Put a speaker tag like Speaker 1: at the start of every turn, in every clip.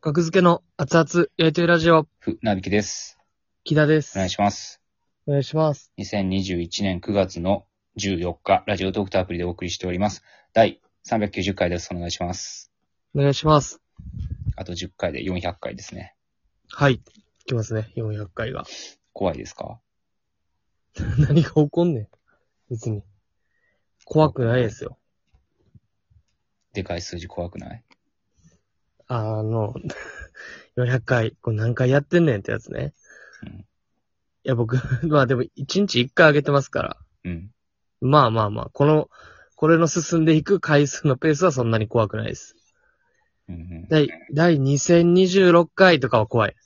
Speaker 1: 格付けの熱々焼いてるラジオ、
Speaker 2: ふ、なびきです。
Speaker 1: 木田です。
Speaker 2: お願いします。
Speaker 1: お願いします。
Speaker 2: 2021年9月の14日、ラジオトークとアプリでお送りしております。第390回です。お願いします。
Speaker 1: お願いします。
Speaker 2: あと10回で400回ですね。
Speaker 1: はい。いきますね、400回が。
Speaker 2: 怖いですか
Speaker 1: 何が起こんねん。別に。怖くないですよ。
Speaker 2: でかい数字怖くない
Speaker 1: あの、400回、これ何回やってんねんってやつね。
Speaker 2: うん
Speaker 1: いや、僕、 まあでも、1日1回上げてますから。
Speaker 2: うん。
Speaker 1: まあまあまあ、この、これの進んでいく回数のペースはそんなに怖くないです。
Speaker 2: うんうん、
Speaker 1: 第、第2026回とかは怖い。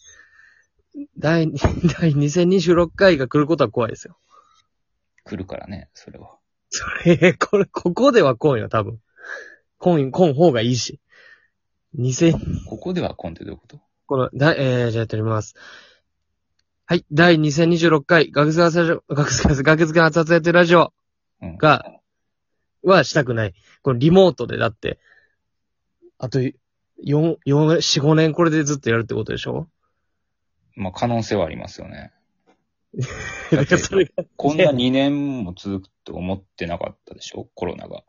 Speaker 1: 第、 第2026回が来ることは怖いですよ。
Speaker 2: 来るからね、それは。
Speaker 1: それ、これ、ここでは来んよ、多分。来ん、来ん方がいいし。2000、
Speaker 2: ここでは今度どういうこと
Speaker 1: この、だ、えー、じゃあやっております。はい、第2026回、学生が最初、学生が、学生が熱々やってるラジオ
Speaker 2: うん。
Speaker 1: が、はしたくない。このリモートで、だって、あと、4、4、4、5年これでずっとやるってことでしょ
Speaker 2: まあ、可能性はありますよね。だ
Speaker 1: だか
Speaker 2: って
Speaker 1: ら それが、
Speaker 2: こんな2年も続くと思ってなかったでしょコロナが。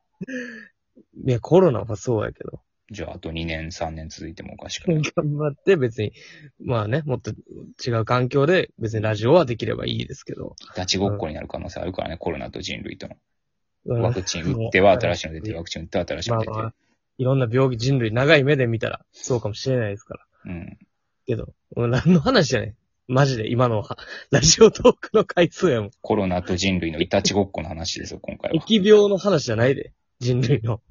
Speaker 1: いや、コロナはそうやけど。
Speaker 2: じゃあ、あと2年、3年続いてもおかしくない。
Speaker 1: 頑張って別に、まあね、もっと違う環境で別にラジオはできればいいですけど。
Speaker 2: 立ちごっこになる可能性あるからね、コロナと人類と
Speaker 1: う
Speaker 2: の。
Speaker 1: ん
Speaker 2: ワクチン打っては新しいの出てる、ワクチン打っては新しい
Speaker 1: ま
Speaker 2: の
Speaker 1: あ
Speaker 2: 出て
Speaker 1: ま
Speaker 2: る
Speaker 1: あ。、いろんな病気、人類長い目で見たら、そうかもしれないですから。
Speaker 2: うん。
Speaker 1: けど、うん何の話じゃねマジで、今のは、 ラジオトークの回数やもん。
Speaker 2: コロナと人類のいたちごっこの話ですよ、今回は。
Speaker 1: 疫病の話じゃないで、人類の。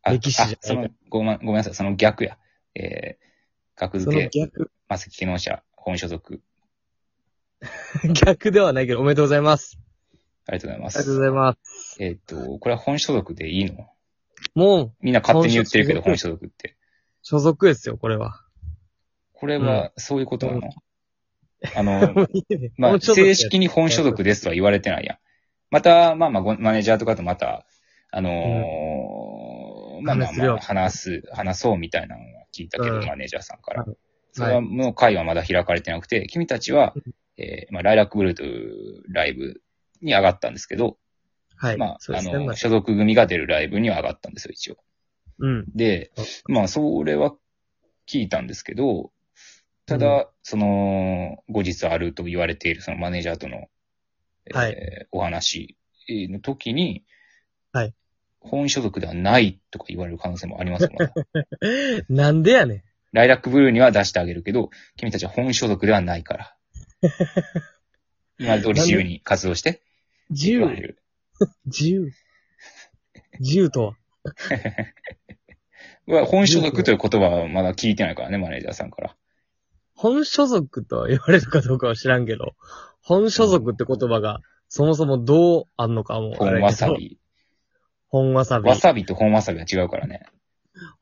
Speaker 2: あ
Speaker 1: 歴史じゃない
Speaker 2: あそのごめん、ごめんなさい、その逆や。えー、格
Speaker 1: そ
Speaker 2: 付
Speaker 1: の
Speaker 2: け、
Speaker 1: 逆、
Speaker 2: マスキ機能者、本所属。
Speaker 1: 逆ではないけど、おめでとうございます。
Speaker 2: ありがとうございま
Speaker 1: あり
Speaker 2: す。
Speaker 1: がとうございます。
Speaker 2: えーっと、これは本所属でいいの
Speaker 1: もう、
Speaker 2: みんな勝手に言ってるけど、
Speaker 1: 本
Speaker 2: 本
Speaker 1: 所
Speaker 2: 所属って。
Speaker 1: 所属ですよ、これは。
Speaker 2: これは、そういうことなの、
Speaker 1: うん
Speaker 2: あの、
Speaker 1: いいね
Speaker 2: ま
Speaker 1: も
Speaker 2: あ、
Speaker 1: うちょっとや
Speaker 2: 正
Speaker 1: っ
Speaker 2: 式に本所属ですとは言われてないやん。また、まあまあご、マネージャーとかとまた、あのーまあまあ
Speaker 1: 話すよ
Speaker 2: まあ、話す、話そうみたいなのは聞いたけ
Speaker 1: う
Speaker 2: ど、
Speaker 1: ん
Speaker 2: マネージャーさんから
Speaker 1: はい。
Speaker 2: それは、もう会はまだ開かれてなくて、君たちは、えーまあ、ライラックブルーというライブに上がったんですけど、
Speaker 1: はい。
Speaker 2: まあ、
Speaker 1: そうで
Speaker 2: あ
Speaker 1: すね。ま
Speaker 2: の、
Speaker 1: あ
Speaker 2: 所属組が出るライブには上がったんですよ、一応。
Speaker 1: うん。
Speaker 2: で、まあ、それは聞いたんですけど、ただ、
Speaker 1: う
Speaker 2: その、後日あると言われている、そのマネージャーとの、えー
Speaker 1: は
Speaker 2: お話の時に、
Speaker 1: はい
Speaker 2: 本所属ではないとか言われる可能性もありますよ まだ
Speaker 1: なんでやねん。
Speaker 2: ライラックブルーには出してあげるけど、君たちは本所属ではないから。 今通り自由に活動してって
Speaker 1: 自
Speaker 2: 言わ
Speaker 1: 由
Speaker 2: れ。る。
Speaker 1: 自由。自由とは。
Speaker 2: まあ本所属という言葉はまだ聞いてないからね、マネージャーさんから。
Speaker 1: 本所属とは言われるかどうかは知らんけど、本所属って言葉が、そもそもどうあんのかもあ
Speaker 2: 本
Speaker 1: れ
Speaker 2: わ
Speaker 1: やけ
Speaker 2: さ
Speaker 1: ど。
Speaker 2: び。
Speaker 1: 本わさび。
Speaker 2: わさびと本わさびは違うからね。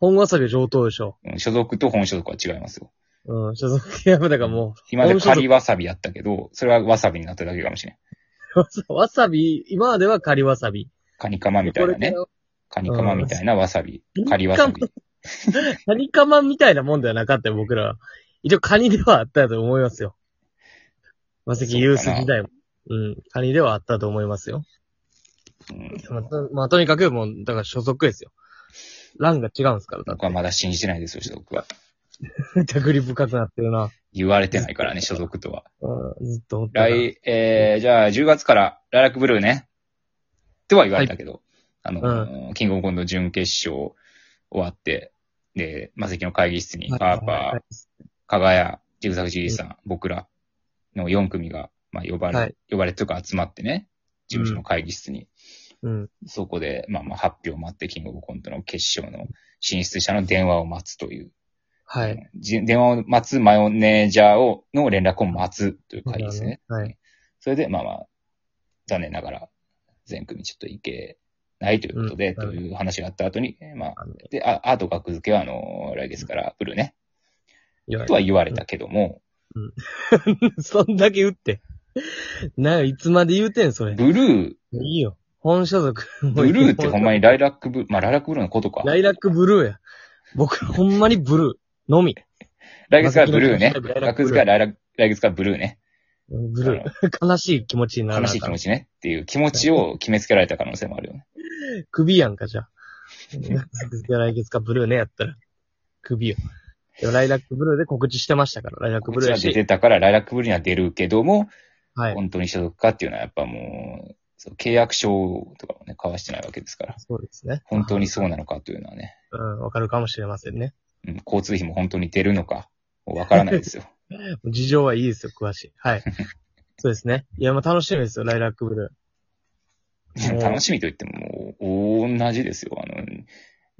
Speaker 1: 本わさびは上等でしょ。
Speaker 2: うん所属と本所属は違いますよ。
Speaker 1: うん、所属契約だからも
Speaker 2: 今まで仮わさびやったけど、それはわさびになっただけかもしれん。
Speaker 1: う、わさわさび、今までは仮わさび。
Speaker 2: カニカマみたい
Speaker 1: これ
Speaker 2: な
Speaker 1: か
Speaker 2: ね。
Speaker 1: ら、
Speaker 2: カニカマみたいなわさび
Speaker 1: うん。
Speaker 2: 仮わさび。
Speaker 1: カニカマみたいなもんではなかったよ、僕らは。一応カニではあったと思いますよ。マセキユース時代も。うん、カニではあったと思いますよ。
Speaker 2: うん
Speaker 1: まあ、とまあとにかくもう、だから所属ですよ。欄が違うんですから、だっ
Speaker 2: 僕はまだ信じてないですよ、所属は。
Speaker 1: て。手繰り深くなってるな。
Speaker 2: 言われてないからね、所属とは。
Speaker 1: うん、ずっと思ってた。
Speaker 2: 来、えー、じゃあ10月から、ララクブルーね。とは言われたけど、あの、キングオブコント準決勝終わって、で、マセキの会議室に、
Speaker 1: はい
Speaker 2: パーパー、加賀谷、ジグザグジギーさん、僕らの4組が、まあ、呼ばれ、
Speaker 1: はい
Speaker 2: 呼ばれとか集まってね、事務所の会議室に、
Speaker 1: うん。
Speaker 2: そこで、まあまあ、発表を待って、キングオブコントの決勝の進出者の電話を待つという、
Speaker 1: はい。
Speaker 2: じ電話を待つマネージャーを、の連絡を待つという会議ですね。
Speaker 1: はい。
Speaker 2: それで、まあまあ、残念ながら、全組ちょっと行けないということ
Speaker 1: う
Speaker 2: で、
Speaker 1: ん
Speaker 2: という話があった後に、まあ、
Speaker 1: あの、
Speaker 2: で、あアート学付けは、あの、来月から来るね、
Speaker 1: 言わ
Speaker 2: と
Speaker 1: れ
Speaker 2: は言われたけども、
Speaker 1: てそんだけ打って。なんかいつまで言うてん、それ。
Speaker 2: ブルー、
Speaker 1: いいよ。本所属。
Speaker 2: ブルーってほんま
Speaker 1: に。
Speaker 2: にライラックブルー、まあライラックブルーのことか。
Speaker 1: ライラックブルーや。僕、ほんまにブルー。のみ。
Speaker 2: 来月からブルーね。
Speaker 1: 来
Speaker 2: 来
Speaker 1: 月
Speaker 2: 月
Speaker 1: か
Speaker 2: からら来来月からブルーね。
Speaker 1: ブルー。悲しい気持ちになら
Speaker 2: あの
Speaker 1: なあ
Speaker 2: 悲しい
Speaker 1: か
Speaker 2: 気
Speaker 1: ん
Speaker 2: 持ちねっていう気持ちを決めつけられた可能性もあるよね。
Speaker 1: 首やんか、じゃ あ。来月かブルーね、やったら。首よ。でもライラックブルーで告知してましたから、ライラック
Speaker 2: こ
Speaker 1: ブ
Speaker 2: っち
Speaker 1: ルー
Speaker 2: は
Speaker 1: や
Speaker 2: 出
Speaker 1: し。
Speaker 2: てたから、ライラックブルーには出るけども、
Speaker 1: はい。
Speaker 2: 本当に所属かっていうのはやっぱもう、そう契約書とかもね、交わしてないわけですから、
Speaker 1: そうですね。
Speaker 2: 本当にそうなのかというのはね、
Speaker 1: うん、わかるかもしれませんね。
Speaker 2: うん、交通費も本当に出るのか、わからな いですよ。
Speaker 1: 事情はいいですよ、詳しい。はい。 そうですね。いや、もう楽しみですよ、ライラックブルー。うん
Speaker 2: 楽しみといっても、もう同じですよ。あの、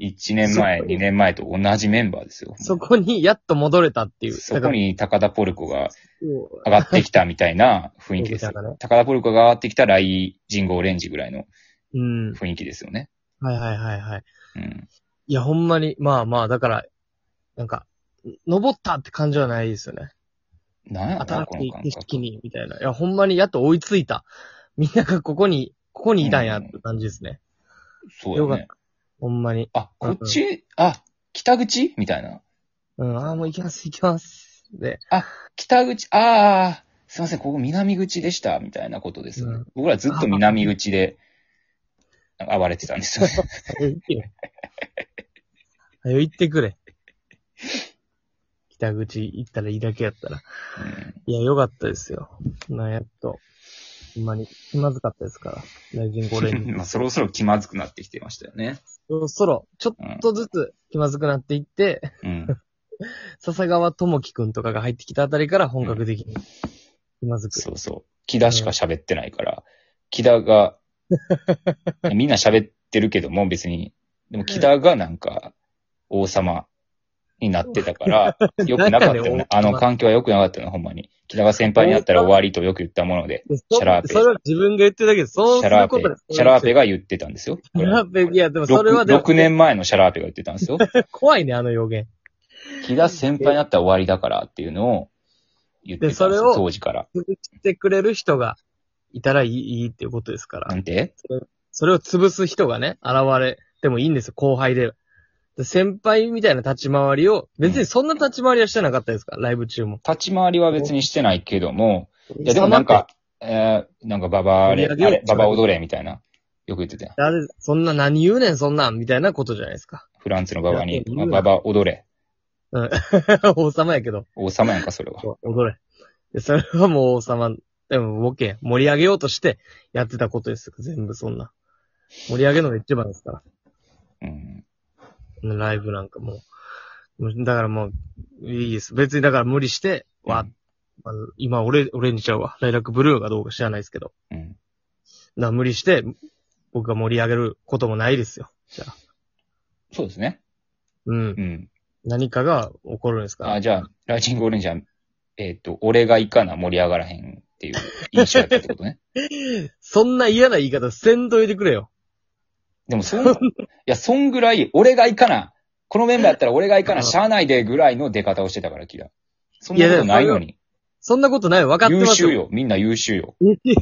Speaker 2: 1年前、2年前と同じメンバーですよ。
Speaker 1: そこにやっと戻れたっていう。
Speaker 2: そこに高田ポルコが
Speaker 1: そう
Speaker 2: 上がってきたみたいな雰囲気ですよ
Speaker 1: そうですね。
Speaker 2: 高田ポルコが上がってきたライジンゴオレンジぐらいの
Speaker 1: うん。
Speaker 2: 雰囲気ですよね。
Speaker 1: はいはいはいはい。
Speaker 2: うん。
Speaker 1: いや、ほんまに、まあまあ、だから、なんか、登ったって感じはないですよね。
Speaker 2: なんやろ
Speaker 1: 新
Speaker 2: な、こ
Speaker 1: し
Speaker 2: の
Speaker 1: い
Speaker 2: 感
Speaker 1: 景
Speaker 2: 覚
Speaker 1: 色。に、みたいな。いや、ほんまにやっと追いついた。みんながここに、ここにいたんやって感じですね。
Speaker 2: そう
Speaker 1: よ
Speaker 2: よ
Speaker 1: かっ
Speaker 2: ね。
Speaker 1: ほんまに。
Speaker 2: あ、こっち、あ、北口みたいな。
Speaker 1: うん、ああ、もう行きます、行きます。で、
Speaker 2: 北口、ああ、すいません、ここ南口でした、みたいなことですよね。
Speaker 1: うん
Speaker 2: 僕らずっと南口で、なんか暴れてたんですよ ね。
Speaker 1: 早い行っ てよ。早い行ってくれ。北口行ったらいいだけやったら。
Speaker 2: うん
Speaker 1: いや、よかったですよ。まあ、やっと。ほんまに、気まずかったですから。ライジンゴレンジ。
Speaker 2: ま あ、そろそろ気まずくなってきてましたよね。
Speaker 1: そろそろ、ちょっ
Speaker 2: うん
Speaker 1: とずつ気まずくなっていって、
Speaker 2: うん。
Speaker 1: 笹川智樹くんとかが入ってきたあたりから本格的に気まずく。
Speaker 2: そうそう。木田しか喋ってないから、木田が、 みんな喋ってるけども別に、でも木田がなんか王様になって たから、良くなかった
Speaker 1: な
Speaker 2: よ
Speaker 1: んかね
Speaker 2: ね。あの環境は良くなかったよね、ほんまに。木田が先輩になったら終わりとよく言ったもので、
Speaker 1: でそ
Speaker 2: シャラーペ
Speaker 1: それは自分が言ってるだけで、そう
Speaker 2: シ
Speaker 1: す
Speaker 2: ャラ
Speaker 1: る
Speaker 2: ー
Speaker 1: ことで
Speaker 2: ペ、シャラーペ
Speaker 1: が。
Speaker 2: が言ってたんですよ。
Speaker 1: シャラーペ、いや、でもそれは
Speaker 2: 6,
Speaker 1: でも、
Speaker 2: 年前のシャラーペが言ってたんですよ。
Speaker 1: 怖いね、あの予言。
Speaker 2: 木田先輩になったら終わりだからっていうのを言ってたんで
Speaker 1: ですそれ
Speaker 2: よ、
Speaker 1: を
Speaker 2: 当時から。
Speaker 1: 潰してくれる人がいたらいいいいっていうことですか
Speaker 2: な
Speaker 1: ら。
Speaker 2: んて
Speaker 1: それを潰す人がね、現れてもいいんですよ、後輩で。で先輩みたいな立ち回りを、別にそんな立ち回りはしてなかったですから、ライブ中も。
Speaker 2: 立ち回りは別にしてないけども、
Speaker 1: い
Speaker 2: いや、でもなんか、えー、なんかババアレ、
Speaker 1: 盛り
Speaker 2: あ
Speaker 1: 上げよ
Speaker 2: れ
Speaker 1: う、
Speaker 2: ババ踊れみたいな。よく言ってたよ。
Speaker 1: 誰、そんな何言うねん、そんなん、みたいなことじゃないですか。
Speaker 2: フランスのババアに、
Speaker 1: い
Speaker 2: ま
Speaker 1: や
Speaker 2: あババ踊れ。
Speaker 1: 王様やけど。
Speaker 2: 王様やんか、それは。
Speaker 1: 踊れ。でそれはもう王様、でもボケ、盛り上げようとしてやってたことですよ全部そんな。盛り上げるのが一番ですか
Speaker 2: うん。
Speaker 1: ら。ライブなんかもう。もうだからもう、いいです。別にだから無理して、わ、あの今俺、俺にちゃうわ。ライラックブルーがどうか知らないですけど。
Speaker 2: うん。
Speaker 1: な無理して、僕が盛り上げることもないですよ。
Speaker 2: そうですね。
Speaker 1: うん
Speaker 2: う。ん。
Speaker 1: 何かが起こるんですから。
Speaker 2: あ、じゃあ、ライジングオレンジは、えっ、と、俺がいかな盛り上がらへんっていう印象やったっ てことね。
Speaker 1: そんな嫌な言い方せんといてくれよ。
Speaker 2: でも、そん、いや、そんぐらい、俺がいかな、このメンバーやったら俺がいか
Speaker 1: う
Speaker 2: な、
Speaker 1: ん
Speaker 2: しゃあないでぐらいの出方をしてたから、キラ。そんなことないのに。
Speaker 1: そんなことないよ。分かって
Speaker 2: 優
Speaker 1: ますよ
Speaker 2: 秀。よ。みんな優秀よ。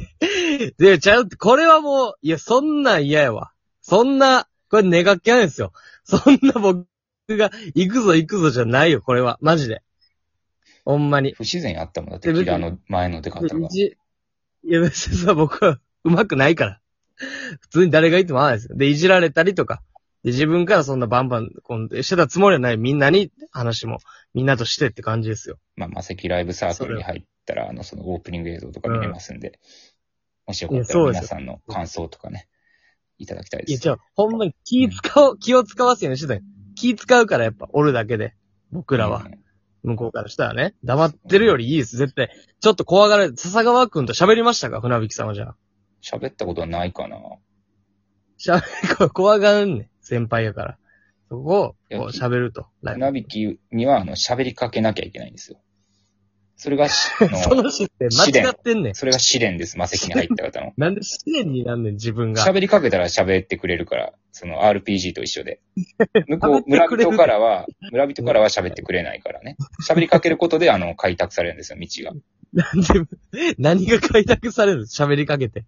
Speaker 1: で、ちゃうって、これはもう、いや、そんなん嫌やわ。そんな、これ寝かけないですよ。 そんな僕が、行くぞ行くぞじゃないよ、これは。マジで。ほんまに。
Speaker 2: 不自然やったもんだって、キラの前の出方が。
Speaker 1: いや、別にさ、僕は、 うまくないから。普通に誰が言っても合わないですよ。で、いじられたりとか。で、自分からそんなバンバン、こんしてたつもりはない。みんなに、話も、みんなとしてって感じですよ。
Speaker 2: まあ、マセキライブサークルに入ったら、あの、そのオープニング映像とか見れますんで、もしよか
Speaker 1: い
Speaker 2: ったら
Speaker 1: やそうです
Speaker 2: 皆さんの感想とかね、いただきたい
Speaker 1: い
Speaker 2: で
Speaker 1: や、
Speaker 2: す。
Speaker 1: じゃほんまに気使おう、気を使わすようにしてたんよ気使うからやっぱ、おるだけで。僕らは
Speaker 2: う。ん
Speaker 1: 向こうからしたらね。黙ってるよりいいです、絶対。ちょっと怖がられて、笹川くんと喋りましたか船引さんはじゃあ。
Speaker 2: 喋ったことはないかな。
Speaker 1: しゃ、怖がるん ねん。先輩やから。そこを、こう喋ると。
Speaker 2: 船引きには、あの、喋りかけなきゃいけないんですよ。それが し、あ
Speaker 1: そ
Speaker 2: の
Speaker 1: のシステム間違ってんねん。
Speaker 2: それが試練です、マセキに入った方の。
Speaker 1: なんで試練になんねん、自分が。
Speaker 2: 喋りかけたら喋ってくれるから、その RPG と一 緒で。向こう、
Speaker 1: 喋っ
Speaker 2: 村
Speaker 1: てくれる
Speaker 2: 人からは、村人からは喋ってくれないからね。喋りかけることで、あの、開拓されるんですよ、道が。
Speaker 1: なんで、 何が開拓されるの喋りかけて。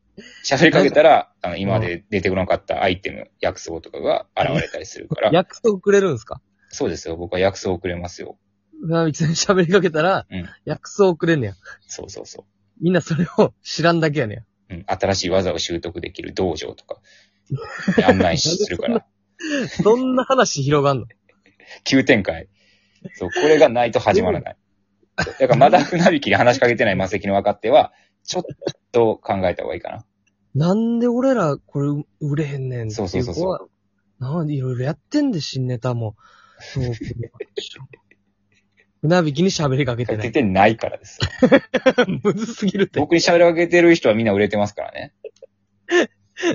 Speaker 2: 喋りかけたら、あの、今まで出てこなかったアイテム、薬草とかが現れたりするから。
Speaker 1: 約束くれるんすか
Speaker 2: そうですよ。僕は薬草をくれますよ。
Speaker 1: 船道さんに喋りかけたら、
Speaker 2: うん
Speaker 1: 薬草をくれんねや。
Speaker 2: そうそうそ
Speaker 1: みんなそれを知らんだけやねや。
Speaker 2: う。うん。新しい技を習得できる道場とか、で案内す るから。
Speaker 1: どんな話広がんの
Speaker 2: 急展開。そう、これがないと始まらない。だからまだ船引きに話しかけてない魔石の若手は、ちょっと考えた方がいいかな。
Speaker 1: なんで俺らこれ売れへんねんってい
Speaker 2: そうそうそうそう
Speaker 1: 子はなんでいろいろやってんで、新ネタも。そう。船引きに喋りかけて
Speaker 2: か
Speaker 1: な
Speaker 2: け
Speaker 1: い。
Speaker 2: てないからです。
Speaker 1: むずすぎるって。
Speaker 2: 僕に喋りかけてる人はみんな売れてますからね。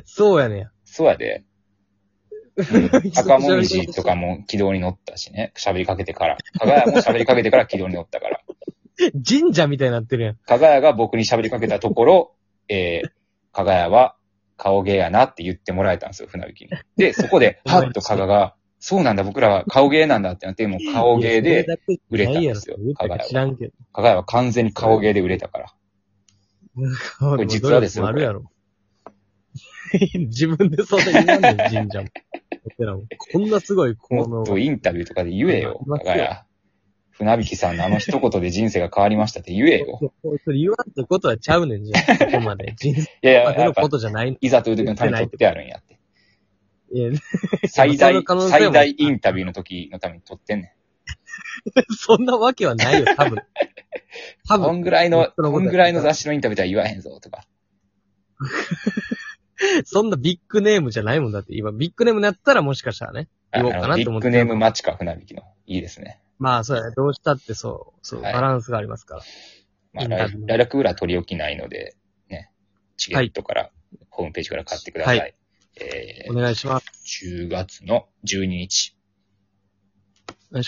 Speaker 1: そうやねや。
Speaker 2: そうやで。うん、赤もみじとかも軌道に乗ったしね。喋りかけてから。加賀谷も喋りかけてから軌道に乗ったから。
Speaker 1: 神社みたいになってるやん。
Speaker 2: 加賀谷が僕に喋りかけたところ、えー、加賀谷は顔芸やなって言ってもらえたんですよ、船引きに。で、そこで、はっと加賀が、そうなんだ、僕らは顔芸なんだってなって、もう顔芸で、売れたんですよ
Speaker 1: いやそれだけないやろ言ったか知らんけど。
Speaker 2: 加賀谷は完全に顔芸で売れたから。
Speaker 1: こ
Speaker 2: れ実はですよ
Speaker 1: あるやろ。自分でそんな言わんねん、神社も。お寺もこんなすごい、こ
Speaker 2: も
Speaker 1: の
Speaker 2: っ、とインタビューとかで言えよ、
Speaker 1: 言います
Speaker 2: 加
Speaker 1: よ
Speaker 2: 賀谷。船引きさんのあの一言で人生が変わりましたって 言えよ。
Speaker 1: それ言わんってことはちゃうねん、じゃあ。そこまで。人生
Speaker 2: いや
Speaker 1: ま
Speaker 2: い
Speaker 1: で
Speaker 2: や、や
Speaker 1: の
Speaker 2: っぱ
Speaker 1: こ、とじゃないの。
Speaker 2: いざという時のために取ってあるんやって。
Speaker 1: いや
Speaker 2: 最
Speaker 1: そ
Speaker 2: 大
Speaker 1: の可能、性も
Speaker 2: 最大インタビューの時のために撮ってんね
Speaker 1: そんなわけはないよ、多 分。多
Speaker 2: ん。こん
Speaker 1: 分、
Speaker 2: ぐらい
Speaker 1: 本
Speaker 2: の、
Speaker 1: 当のこと
Speaker 2: こんぐらいの雑誌のインタビューでは言わへんぞ、とか。
Speaker 1: そんなビッグネームじゃないもんだって、今、ビッグネームになったらもしかしたらね。
Speaker 2: あ
Speaker 1: 言おうかな
Speaker 2: ビ
Speaker 1: と思
Speaker 2: ッ
Speaker 1: って
Speaker 2: グネームマチか、船引きの。いいですね。
Speaker 1: まあ、そうやね。どうしたってそう、そう、
Speaker 2: はい
Speaker 1: バランスがありますから。
Speaker 2: まあ、
Speaker 1: インタビ
Speaker 2: 来
Speaker 1: ュー
Speaker 2: 来楽裏取り置きないので、ね、チケットから、ホームページから買ってください。
Speaker 1: お
Speaker 2: えー
Speaker 1: 願いします。
Speaker 2: 10月の12日、